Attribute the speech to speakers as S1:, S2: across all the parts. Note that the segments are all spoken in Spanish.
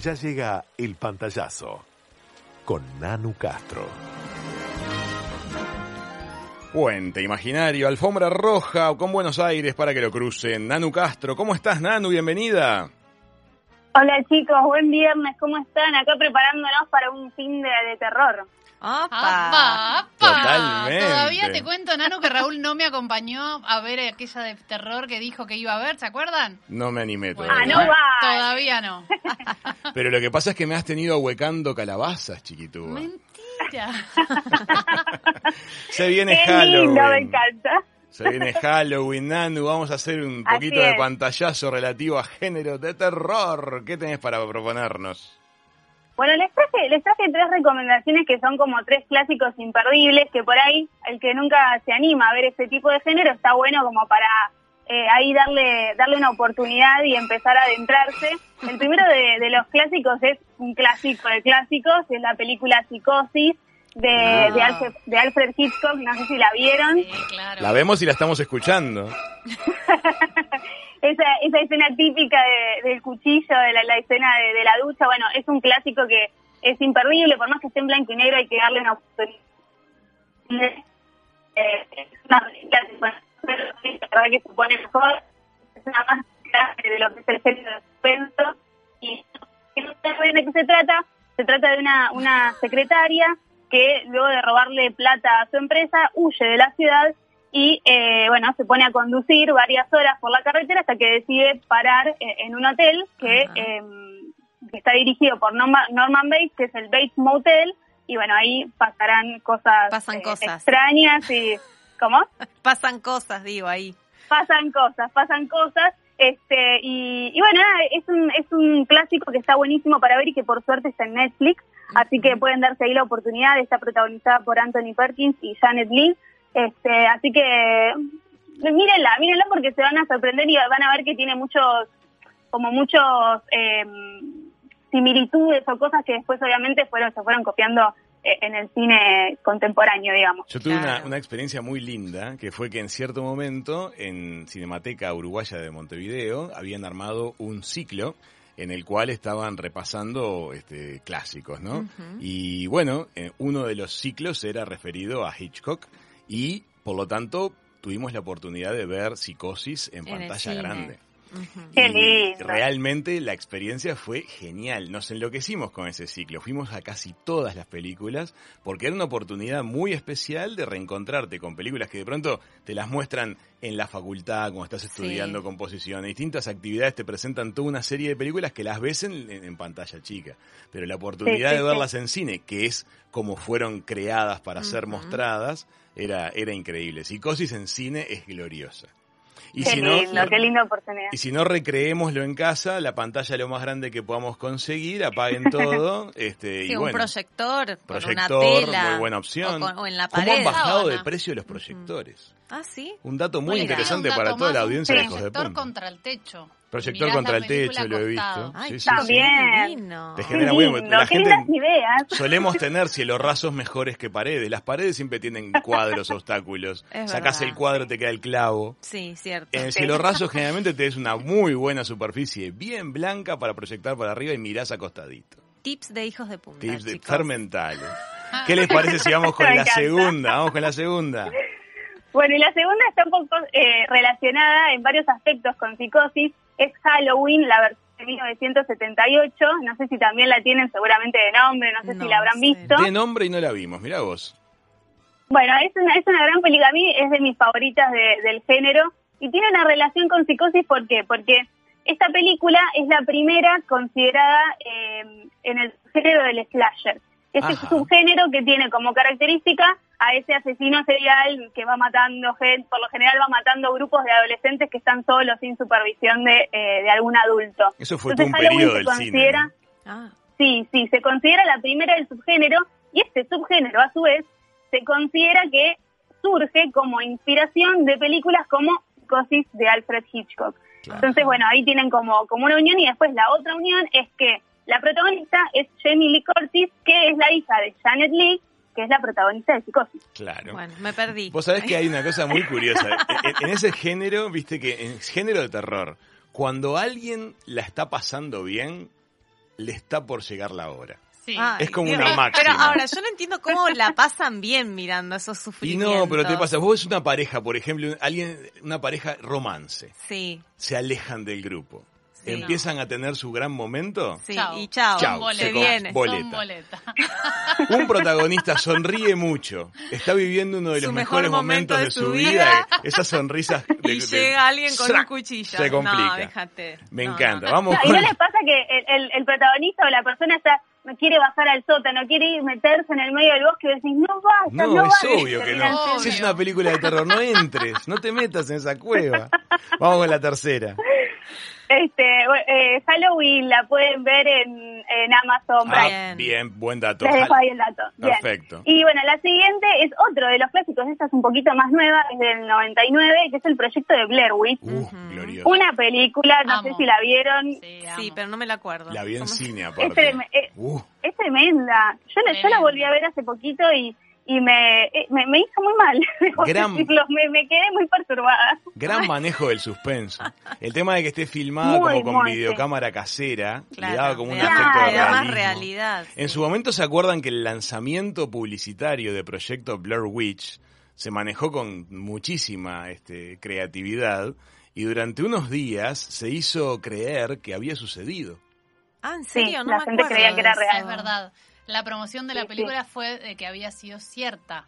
S1: ya llega el pantallazo con Nanu Castro.
S2: Puente imaginario, alfombra roja con Buenos Aires para que lo crucen. Nanu Castro, ¿cómo estás Nanu? Bienvenida.
S3: Hola chicos, buen viernes, ¿cómo están? Acá preparándonos para un fin de, de terror.
S4: ¡Apa! ¡Apa!
S2: Totalmente.
S4: Todavía te cuento, Nano, que Raúl no me acompañó a ver aquella de terror que dijo que iba a ver, ¿se acuerdan?
S2: No me animé
S4: Bueno,
S2: todavía.
S3: Ah, no va.
S4: Todavía no.
S2: Pero lo que pasa es que me has tenido ahuecando calabazas, chiquitúa.
S4: Mentira.
S2: Se viene
S3: Qué
S2: Halloween.
S3: lindo, me encanta.
S2: Se viene Halloween, Nanu. Vamos a hacer un
S3: Así
S2: poquito de
S3: es.
S2: pantallazo relativo a género de terror. ¿Qué tenés para proponernos?
S3: Bueno, les traje, les traje tres recomendaciones que son como tres clásicos imperdibles, que por ahí el que nunca se anima a ver este tipo de género está bueno como para eh, ahí darle, darle una oportunidad y empezar a adentrarse. El primero de, de los clásicos es un clásico de clásicos, es la película Psicosis de,
S2: Ah.
S3: de, Alfred, de Alfred Hitchcock, no sé si la vieron.
S4: Sí, claro.
S2: La vemos y la estamos escuchando.
S3: esa, esa escena típica de- del cuchillo, de la, la escena de, de la ducha, bueno, es un clásico que es imperdible, por más que esté en blanco y negro hay que darle una oportunidad. Eh, es una película que, bueno, la verdad que se pone mejor, es una máscara de lo que es el género de suspenso, y que no saben de qué se trata, se trata de una, una secretaria que luego de robarle plata a su empresa huye de la ciudad y eh, bueno, se pone a conducir varias horas por la carretera hasta que decide parar eh, en un hotel que,
S4: Ajá.
S3: eh, que está dirigido por Norma- Norman Bates, que es el Bates Motel, y bueno, ahí pasarán cosas, eh,
S5: Pasan cosas.
S3: extrañas y... ¿Cómo?
S5: Pasan cosas, digo, ahí.
S3: pasan cosas, pasan cosas. Este, y, y bueno, nada, es un, es un clásico que está buenísimo para ver y que por suerte está en Netflix, así que pueden darse ahí la oportunidad, está protagonizada por Anthony Perkins y Janet Lee, este, así que pues mírenla, mírenla porque se van a sorprender y van a ver que tiene muchos, como muchos eh, similitudes o cosas que después obviamente fueron, se fueron copiando eh, en el cine contemporáneo, digamos.
S2: Yo tuve una,
S5: Claro.
S2: una experiencia muy linda, que fue que en cierto momento, en Cinemateca Uruguaya de Montevideo, habían armado un ciclo en el cual estaban repasando este, clásicos, ¿no?
S5: Ujú.
S2: Y bueno, eh, uno de los ciclos era referido a Hitchcock y, por lo tanto, tuvimos la oportunidad de ver Psicosis en
S4: En el
S2: pantalla
S4: cine.
S2: grande.
S5: Ujú.
S3: Qué
S2: Y
S3: lindo.
S2: Realmente la experiencia fue genial. Nos enloquecimos con ese ciclo. Fuimos a casi todas las películas porque era una oportunidad muy especial de reencontrarte con películas que de pronto te las muestran en la facultad, cuando estás estudiando composición. En distintas actividades te presentan toda una serie de películas que las ves en, en- en pantalla chica. Pero la oportunidad
S3: Sí, sí,
S2: de
S3: sí.
S2: verlas en cine, que es como fueron creadas para ser
S5: Ujú.
S2: mostradas, era, era increíble. Psicosis en cine es gloriosa. Y
S3: qué
S2: si no,
S3: lindo, qué linda oportunidad.
S2: y si no recreémoslo en casa, la pantalla lo más grande que podamos conseguir, apaguen todo, este
S5: Sí,
S2: y
S5: un
S2: bueno,
S5: proyector, con
S2: proyector,
S5: una tela.
S2: muy buena opción.
S5: O, con- o en la
S2: ¿Cómo han
S5: pared.
S2: bajado de
S4: Sábana.
S2: precio los proyectores?
S5: Ah, sí.
S2: Un dato muy
S4: Bueno,
S2: interesante
S4: un dato
S2: para toda
S4: más,
S2: la
S4: un
S2: audiencia de Hijos de
S4: Proyector
S2: Pampa.
S4: contra el techo.
S2: Proyector
S4: Mirás
S2: contra
S4: la
S2: el techo, lo he
S4: película
S2: visto.
S4: acostado.
S5: Ay,
S2: Sí, sí,
S3: está
S2: sí.
S3: bien.
S5: divino.
S2: Te
S3: Qué
S2: genera muy-
S3: lindo,
S2: la
S3: qué
S2: gente-
S3: lindas ideas.
S2: Solemos tener cielorrazos mejores que paredes. Las paredes siempre tienen cuadros, obstáculos.
S5: Es
S2: Sacás
S5: verdad.
S2: el cuadro, te queda el clavo.
S5: Sí, cierto.
S2: En el
S3: Sí.
S2: cielo raso generalmente tenés una muy buena superficie, bien blanca para proyectar para arriba y mirás acostadito.
S5: Tips de hijos de punta,
S2: Tips de
S5: chicos.
S2: fermentales. ¿Qué les parece si vamos con
S3: Me
S2: la
S3: encanta.
S2: segunda? Vamos con la segunda.
S3: Bueno, y la segunda está un poco eh, relacionada en varios aspectos con psicosis. Es Halloween, la versión de 1978. No sé si también la tienen seguramente de nombre, no sé
S5: No,
S3: si la habrán
S5: sí.
S3: visto.
S2: De nombre y no la vimos, mirá vos.
S3: Bueno, es una, es una gran película. A mí es de mis favoritas de- del género. Y tiene una relación con psicosis, ¿por qué? Porque esta película es la primera considerada eh, en el género del slasher. Este
S2: Ajá.
S3: es un género que tiene como característica a ese asesino serial que va matando gente, por lo general va matando grupos de adolescentes que están solos sin supervisión de, eh, de algún adulto.
S2: Eso fue todo un
S3: Entonces, Halloween
S2: periodo
S3: se
S2: del cine.
S3: considera-
S2: ¿no?
S5: Ah,
S3: Sí, sí, se considera la primera del subgénero y este subgénero a su vez se considera que surge como inspiración de películas como Psicosis de Alfred Hitchcock.
S2: Claro.
S3: Entonces, bueno, ahí tienen como, como una unión y después la otra unión es que la protagonista es Jamie Lee Curtis, que es la hija de Janet Lee, que es la protagonista de Psicosis.
S2: Claro.
S5: bueno, me perdí.
S2: Vos sabés que hay una cosa muy curiosa. E, En- En, ese género, viste que en género de terror, cuando alguien la está pasando bien, le está por llegar la hora.
S4: Sí.
S5: Ay,
S2: Es como
S5: Dios.
S2: una máxima.
S5: Pero ahora, yo no entiendo cómo la pasan bien mirando esos
S2: Y
S5: sufrimientos.
S2: no, pero te pasa, vos ves una pareja, por ejemplo, alguien, una pareja romance,
S5: Sí,
S2: se alejan del grupo,
S5: Sí.
S2: empiezan a tener su gran momento,
S5: sí,
S4: Chau.
S5: y chao.
S2: Chau,
S5: se
S2: se
S5: viene.
S2: con-
S4: Son boletas.
S2: un protagonista sonríe mucho, está viviendo uno de
S5: Su
S2: los
S5: mejor
S2: mejores
S5: momento
S2: momentos de
S5: de
S2: su
S5: su
S2: vida, esas sonrisas de-
S5: Y
S2: de-
S5: llega alguien con un
S2: ¡Sac!
S5: cuchillo.
S2: Se complica.
S5: No, déjate.
S2: Me
S5: No,
S2: encanta,
S5: no.
S2: vamos
S3: Ah, Y no
S2: con-
S3: les pasa que el, el- el protagonista o la persona está, no quiere bajar al sótano, quiere ir meterse en el medio del bosque y decís, no vayas,
S2: No,
S3: no,
S2: es
S3: vayas.
S2: obvio que
S4: terminan
S2: no.
S4: siendo.
S2: Si es una película de terror, no entres, no te metas en esa cueva. Vamos con la tercera.
S3: Este, bueno, eh, Halloween la pueden ver en, en Amazon Prime.
S2: Ah, bien, buen dato.
S3: Les dejo ahí el dato. Bien.
S2: Perfecto.
S3: Y bueno, la siguiente es otro de los clásicos, esta es un poquito más nueva, es del 99, que es el proyecto de Blair Witch.
S2: Uh,
S5: Ujú.
S2: glorioso.
S3: Una película, no sé
S4: Amo.
S3: si la vieron,
S4: Sí, amo.
S5: Sí, pero no me la acuerdo.
S2: La vi en
S5: ¿Cómo se-
S2: cine,
S3: es,
S2: aparte.
S3: trem- es-
S2: Uh,
S3: es tremenda. Yo, la- yo la
S4: Tremenda.
S3: volví a ver hace poquito y, y me, eh, me, me hizo muy mal. debo
S2: Gran-
S3: decirlo, me, me quedé muy perturbada.
S2: gran manejo del suspenso. El tema de que esté filmada
S3: Muy,
S2: como con
S3: muy,
S2: videocámara casera,
S5: Claro,
S2: le daba como un
S5: le
S3: da-
S2: aspecto de
S3: le da
S2: realismo.
S3: más
S5: realidad,
S2: En
S5: sí.
S2: su momento se acuerdan que el lanzamiento publicitario de Proyecto Blur Witch se manejó con muchísima este, creatividad y durante unos días se hizo creer que había sucedido.
S5: Ah, ¿en serio?
S3: Sí,
S5: no
S3: la
S5: me
S3: gente
S5: acuerdo
S3: creía que era
S5: de
S3: real.
S5: eso.
S4: Es verdad. La promoción de la
S3: Sí, sí.
S4: película fue de que había sido cierta,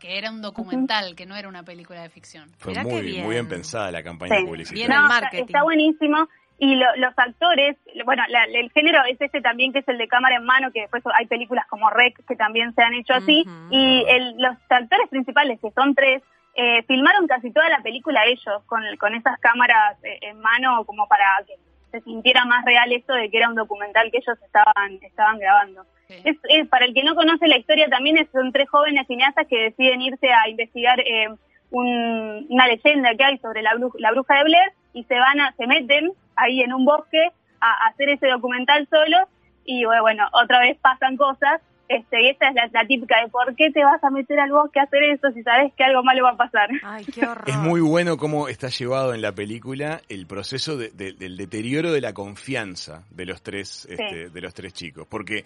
S4: que era un documental, que no era una película de ficción.
S2: Fue
S5: Mirá
S2: muy
S5: qué bien.
S2: muy bien pensada la campaña
S3: Sí.
S5: Bien al
S2: publicitaria.
S3: No, está-
S5: marketing.
S3: Está buenísimo. Y lo- los actores, bueno, la- el género es este también, que es el de cámara en mano, que después hay películas como Rec que también se han hecho así.
S5: Ujú.
S3: Y el- los actores principales, que son tres, eh, filmaron casi toda la película ellos, con, con esas cámaras eh, en mano, como para que se sintiera más real esto de que era un documental que ellos estaban, estaban grabando.
S4: Sí.
S3: Es, es- para el que no conoce la historia también es- son tres jóvenes cineastas que deciden irse a investigar eh, un- una leyenda que hay sobre la, bru- la bruja de Blair y se van a, se meten ahí en un bosque a, a hacer ese documental solos y bue- bueno, otra vez pasan cosas este, y esta es la, la típica de por qué te vas a meter al bosque a hacer eso si sabes que algo malo va a pasar.
S5: Ay, qué horror.
S2: Es muy bueno cómo está llevado en la película el proceso de- de- del deterioro de la confianza de los tres este, de los tres chicos, porque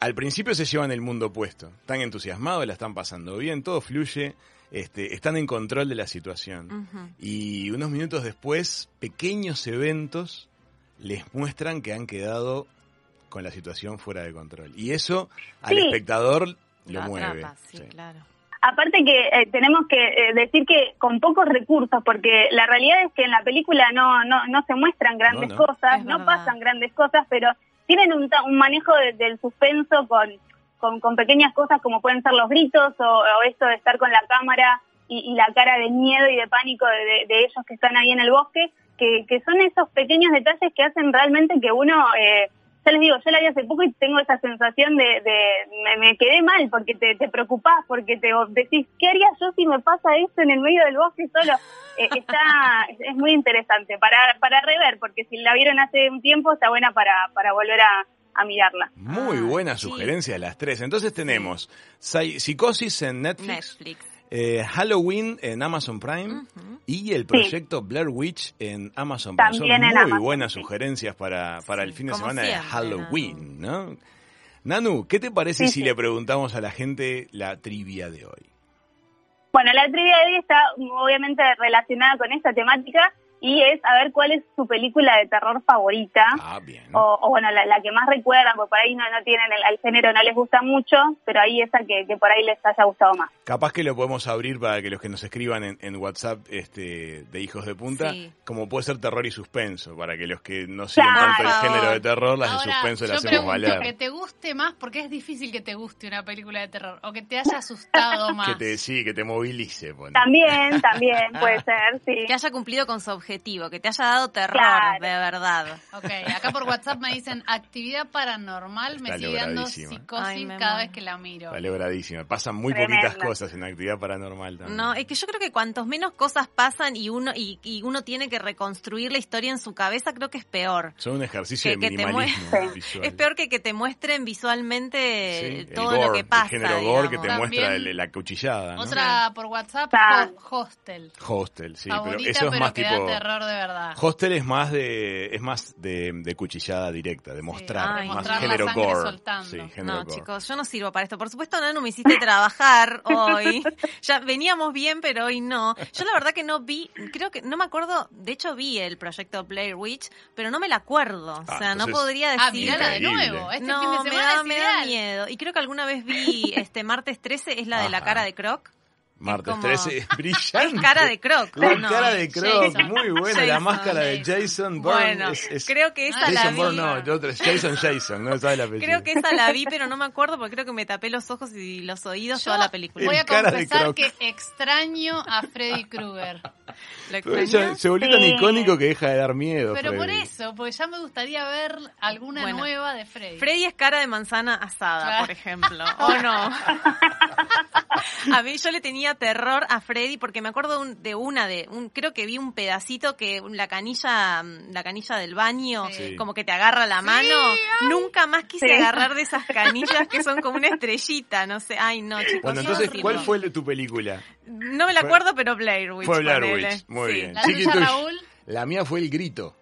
S2: al principio se llevan el mundo opuesto, están entusiasmados, la están pasando bien, todo fluye, este, están en control de la situación.
S5: Ujú.
S2: Y unos minutos después, pequeños eventos les muestran que han quedado con la situación fuera de control. Y eso al
S3: Sí.
S2: espectador lo
S5: La
S2: mueve.
S5: atrapa, sí,
S2: Sí.
S5: claro.
S3: Aparte que eh, tenemos que eh, decir que con pocos recursos, porque la realidad es que en la película no no, no se muestran grandes
S2: No, no.
S3: cosas,
S5: Es
S3: no
S5: verdad.
S3: pasan grandes cosas, pero tienen un, ta- un manejo de- del suspenso con, con, con pequeñas cosas como pueden ser los gritos o, o esto de estar con la cámara y, y la cara de miedo y de pánico de, de- de ellos que están ahí en el bosque, que, que son esos pequeños detalles que hacen realmente que uno... eh, ya les digo, yo la vi hace poco y tengo esa sensación de, de- me, me quedé mal porque te, te preocupás, porque te decís, ¿qué haría yo si me pasa esto en el medio del bosque solo? Eh, está, es muy interesante para, para rever, porque si la vieron hace un tiempo está buena para, para volver a, a mirarla.
S2: Muy
S5: Ah,
S2: buena
S5: sí.
S2: sugerencia de las tres. Entonces tenemos Sai- Psicosis en Netflix,
S5: Netflix.
S2: eh, Halloween en Amazon Prime
S3: Mm.
S5: Ujú.
S2: y el proyecto Blair Witch en Amazon Prime.
S3: También
S2: Son
S3: en
S2: muy
S3: Amazon,
S2: buenas
S3: sí.
S2: sugerencias para, para el
S5: Sí,
S2: fin de
S5: como
S2: semana de
S5: siempre,
S2: Halloween, ¿no? Nanu, ¿qué te parece
S3: Sí,
S2: si
S3: sí.
S2: le preguntamos a la gente la trivia de hoy?
S3: Bueno, la trivia de hoy está obviamente relacionada con esta temática y es a ver cuál es su película de terror favorita.
S2: Ah, bien.
S3: o, o bueno, la, la que más recuerdan, porque por ahí no, no tienen el, al género, no les gusta mucho, pero ahí esa que, que por ahí les haya gustado más.
S2: Capaz que lo podemos abrir para que los que nos escriban en, en WhatsApp este, de Hijos de Punta,
S5: Sí.
S2: como puede ser terror y suspenso, para que los que no siguen
S3: Claro.
S2: tanto el
S5: Por
S2: género de
S5: favor.
S2: terror, las de
S4: Ahora,
S2: suspenso las
S4: yo
S2: hacemos
S4: pregunto
S2: valer.
S4: que te guste más porque es difícil que te guste una película de terror o que te haya asustado más.
S2: Que te sí, que te movilice. pone.
S3: También, también puede ser, sí.
S5: Que haya cumplido con su objetivo, que te haya dado terror,
S3: Claro.
S5: de verdad.
S4: Ok, acá por WhatsApp me dicen actividad paranormal,
S2: Está
S4: me sigue dando
S2: logradísima.
S4: psicosis
S5: Ay, me
S4: cada
S5: muero.
S4: vez que la miro.
S2: Está logradísima. Pasan muy
S3: Tremendo.
S2: poquitas cosas en actividad paranormal también.
S5: No, es que yo creo que cuantos menos cosas pasan y uno y, y uno tiene que reconstruir la historia en su cabeza, creo que es peor.
S2: Son un ejercicio
S5: que-
S2: de
S5: que te
S2: minimalismo visual.
S5: Es peor que que te muestren
S2: Sí,
S5: visualmente
S2: el
S5: todo lo
S2: gore,
S5: que pasa.
S2: El género gore que
S5: digamos.
S2: te
S4: También-
S2: muestra el- la cuchillada. ¿no?
S4: Otra por WhatsApp,
S3: Ah.
S4: ho- hostel.
S2: Hostel, sí,
S4: Favorita,
S2: pero eso es más
S4: que da
S2: tipo
S4: terror de verdad.
S2: Hostel es más de es más de, de cuchillada directa, de mostrar,
S5: Ay,
S2: más
S5: Ah, mostrar la
S2: género
S4: sangre
S2: gore.
S4: soltando.
S2: Sí, género
S5: No,
S2: gore.
S5: chicos, yo no sirvo para esto. Por supuesto, Nanu, me hiciste trabajar hoy. Ya veníamos bien, pero hoy no. Yo la verdad que no vi, creo que, no me acuerdo, de hecho vi el proyecto Player Witch, pero no me la acuerdo. O
S2: Ah,
S5: sea, no
S2: entonces-
S5: podría decir...
S4: Ah, mirala de
S2: Increíble.
S4: nuevo. Este
S5: no,
S4: fin de semana
S5: me da,
S4: es
S5: me da
S4: ideal.
S5: miedo. Y creo que alguna vez vi este martes 13, es la de la
S2: Ajá.
S5: cara de Croc.
S2: Martes
S5: como-
S2: 13, es brillante.
S5: Es cara de Croc,
S2: La
S5: ¿o no?
S2: cara de Croc,
S4: Jason.
S2: muy buena. La
S5: Jason,
S2: máscara de
S4: Jason.
S2: Jason Bourne.
S5: Bueno,
S2: es- es-
S5: creo que esa
S4: Ah,
S5: la
S2: Jason
S5: vi.
S2: Bourne, no, pues el otro es Jason Jason, no sabe la película.
S5: Creo que esa la vi, pero no me acuerdo porque creo que me tapé los ojos y los oídos
S4: Yo
S5: toda la película.
S4: Voy a
S2: En cara de
S4: confesar
S2: Croc.
S4: que extraño a Freddy Krueger.
S5: ¿Lo
S2: Pero
S5: extrañás?
S2: ya se volvió tan
S3: Sí.
S2: icónico que deja de dar miedo.
S4: Pero por
S2: Freddy.
S4: eso, porque ya me gustaría ver alguna
S5: Bueno.
S4: nueva de Freddy.
S5: Freddy es cara de manzana asada,
S4: Claro.
S5: por ejemplo. ¿O no? a mí yo le tenía terror a Freddy porque me acuerdo un- de una de un creo que vi un pedacito que la canilla mm, la canilla del baño
S2: Sí.
S5: como que te agarra la mano. Nunca más quise
S3: Sí.
S5: agarrar de esas canillas que son como una estrellita, no sé. Ay, no, chicos.
S2: Bueno,
S5: no
S2: entonces,
S5: sirvo.
S2: ¿cuál fue el- tu película?
S5: No me la acuerdo, pero Blair Witch.
S2: Fue Blair
S5: ponele.
S2: Witch, muy
S5: Sí.
S2: bien.
S4: La
S2: Chiquitush.
S4: tuya, Raúl.
S2: La mía fue El Grito.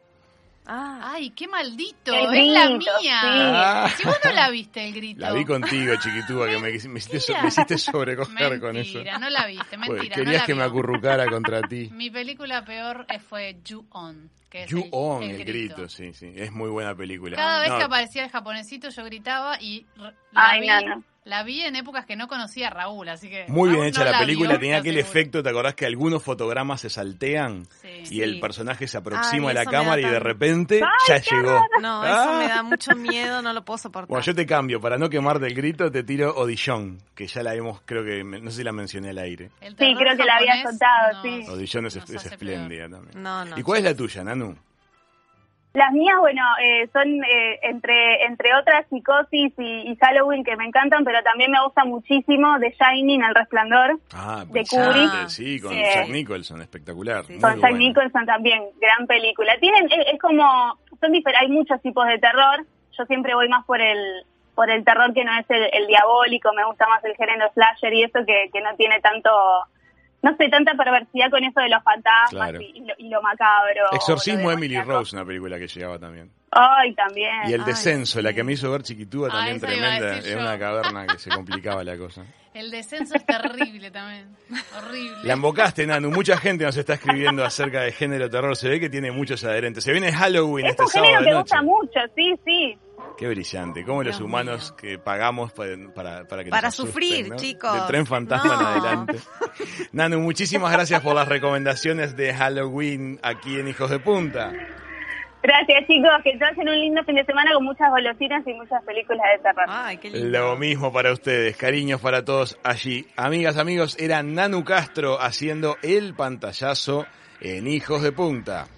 S5: Ah,
S4: Ay, qué maldito.
S3: El
S4: es la
S3: grito,
S4: mía.
S2: Ah.
S4: Si vos no la viste, el grito.
S2: La vi contigo, chiquitúa, que me, me hiciste, so- me hiciste sobrecoger con eso.
S4: Mentira, no la viste,
S2: Pues,
S4: mentira. no
S2: querías
S4: la
S2: que me
S4: vio.
S2: acurrucara contra ti.
S4: Mi película peor eh, fue You On. Que es
S2: You
S4: el,
S2: On,
S4: el
S2: el grito. sí, sí. Es muy buena película.
S4: Cada vez
S2: No,
S4: que aparecía el japonesito yo gritaba y r- la,
S3: Ay,
S4: vi,
S3: no, no.
S4: la vi en épocas que no conocía a Raúl, así que...
S2: Muy bien
S4: Raúl
S2: hecha
S4: no
S2: la película,
S4: vio,
S2: tenía
S4: yo
S2: aquel
S4: seguro.
S2: efecto, ¿te acordás que algunos fotogramas se saltean?
S4: Sí.
S2: Y el
S5: Sí.
S2: personaje se aproxima
S5: Ay,
S2: a la
S5: eso me da
S2: cámara y de
S5: tan-
S2: repente ya llegó.
S5: no, eso
S2: Ah.
S5: me da mucho miedo, no lo puedo soportar.
S2: Bueno, yo te cambio, para no quemar del grito, te tiro Odillon, que ya la hemos, creo que, no sé si la mencioné al aire.
S4: El
S3: Sí,
S4: terror
S3: creo que la había
S4: japonés
S3: soltado,
S4: nos-
S3: sí.
S2: Odillon es,
S4: nos
S2: es
S4: hace Mm,
S2: espléndida también.
S5: No, no.
S2: ¿Y cuál es la tuya, Nanu?
S3: Las mías, bueno, eh, son eh, entre entre otras Psicosis y, y Halloween que me encantan, pero también me gusta muchísimo The Shining, El Resplandor,
S2: Ah,
S3: De
S2: brillante,
S5: Kubrick.
S2: sí, con
S3: Sí.
S2: Jack Nicholson, espectacular.
S5: Sí,
S2: muy
S5: sí.
S3: con Jack
S2: buena.
S3: Nicholson también, gran película. Tienen es, es como son difer- hay muchos tipos de terror. Yo siempre voy más por el por el terror que no es el, el diabólico, me gusta más el género slasher y eso que, que no tiene tanto no sé, tanta perversidad con eso de los fantasmas
S2: Claro.
S3: y, y lo, y lo macabro.
S2: Exorcismo
S3: lo
S2: de Emily
S3: demoníaco.
S2: Rose, una película que llegaba también.
S3: Ay, también.
S2: Y El
S5: Ay,
S2: Descenso, la
S5: sí.
S2: que me hizo ver chiquitúa
S4: Ah,
S2: también
S4: esa iba a
S2: tremenda.
S4: decir
S2: Era
S4: yo.
S2: una caverna que se complicaba la cosa.
S4: El descenso es terrible también. Horrible.
S2: La embocaste, Nanu. Mucha gente nos está escribiendo acerca de género terror. Se ve que tiene muchos adherentes. Se viene Halloween
S3: Es
S2: este
S3: un
S2: sábado
S3: género
S2: de
S3: que
S2: noche.
S3: gusta mucho, sí, sí.
S2: Qué brillante. Cómo los
S5: Dios
S2: humanos que pagamos para, para, para que
S5: Para
S2: nos asusten,
S5: sufrir,
S2: ¿no?
S5: chicos.
S2: De tren fantasma en
S5: No.
S2: adelante. Nanu, muchísimas gracias por las recomendaciones de Halloween aquí en Hijos de Punta.
S3: Gracias, chicos. Que pasen un lindo fin de semana con muchas golosinas y muchas películas de terror.
S5: Ay, qué lindo.
S2: Lo mismo para ustedes, cariños para todos allí. Amigas, amigos, era Nanu Castro haciendo el pantallazo en Hijos de Punta.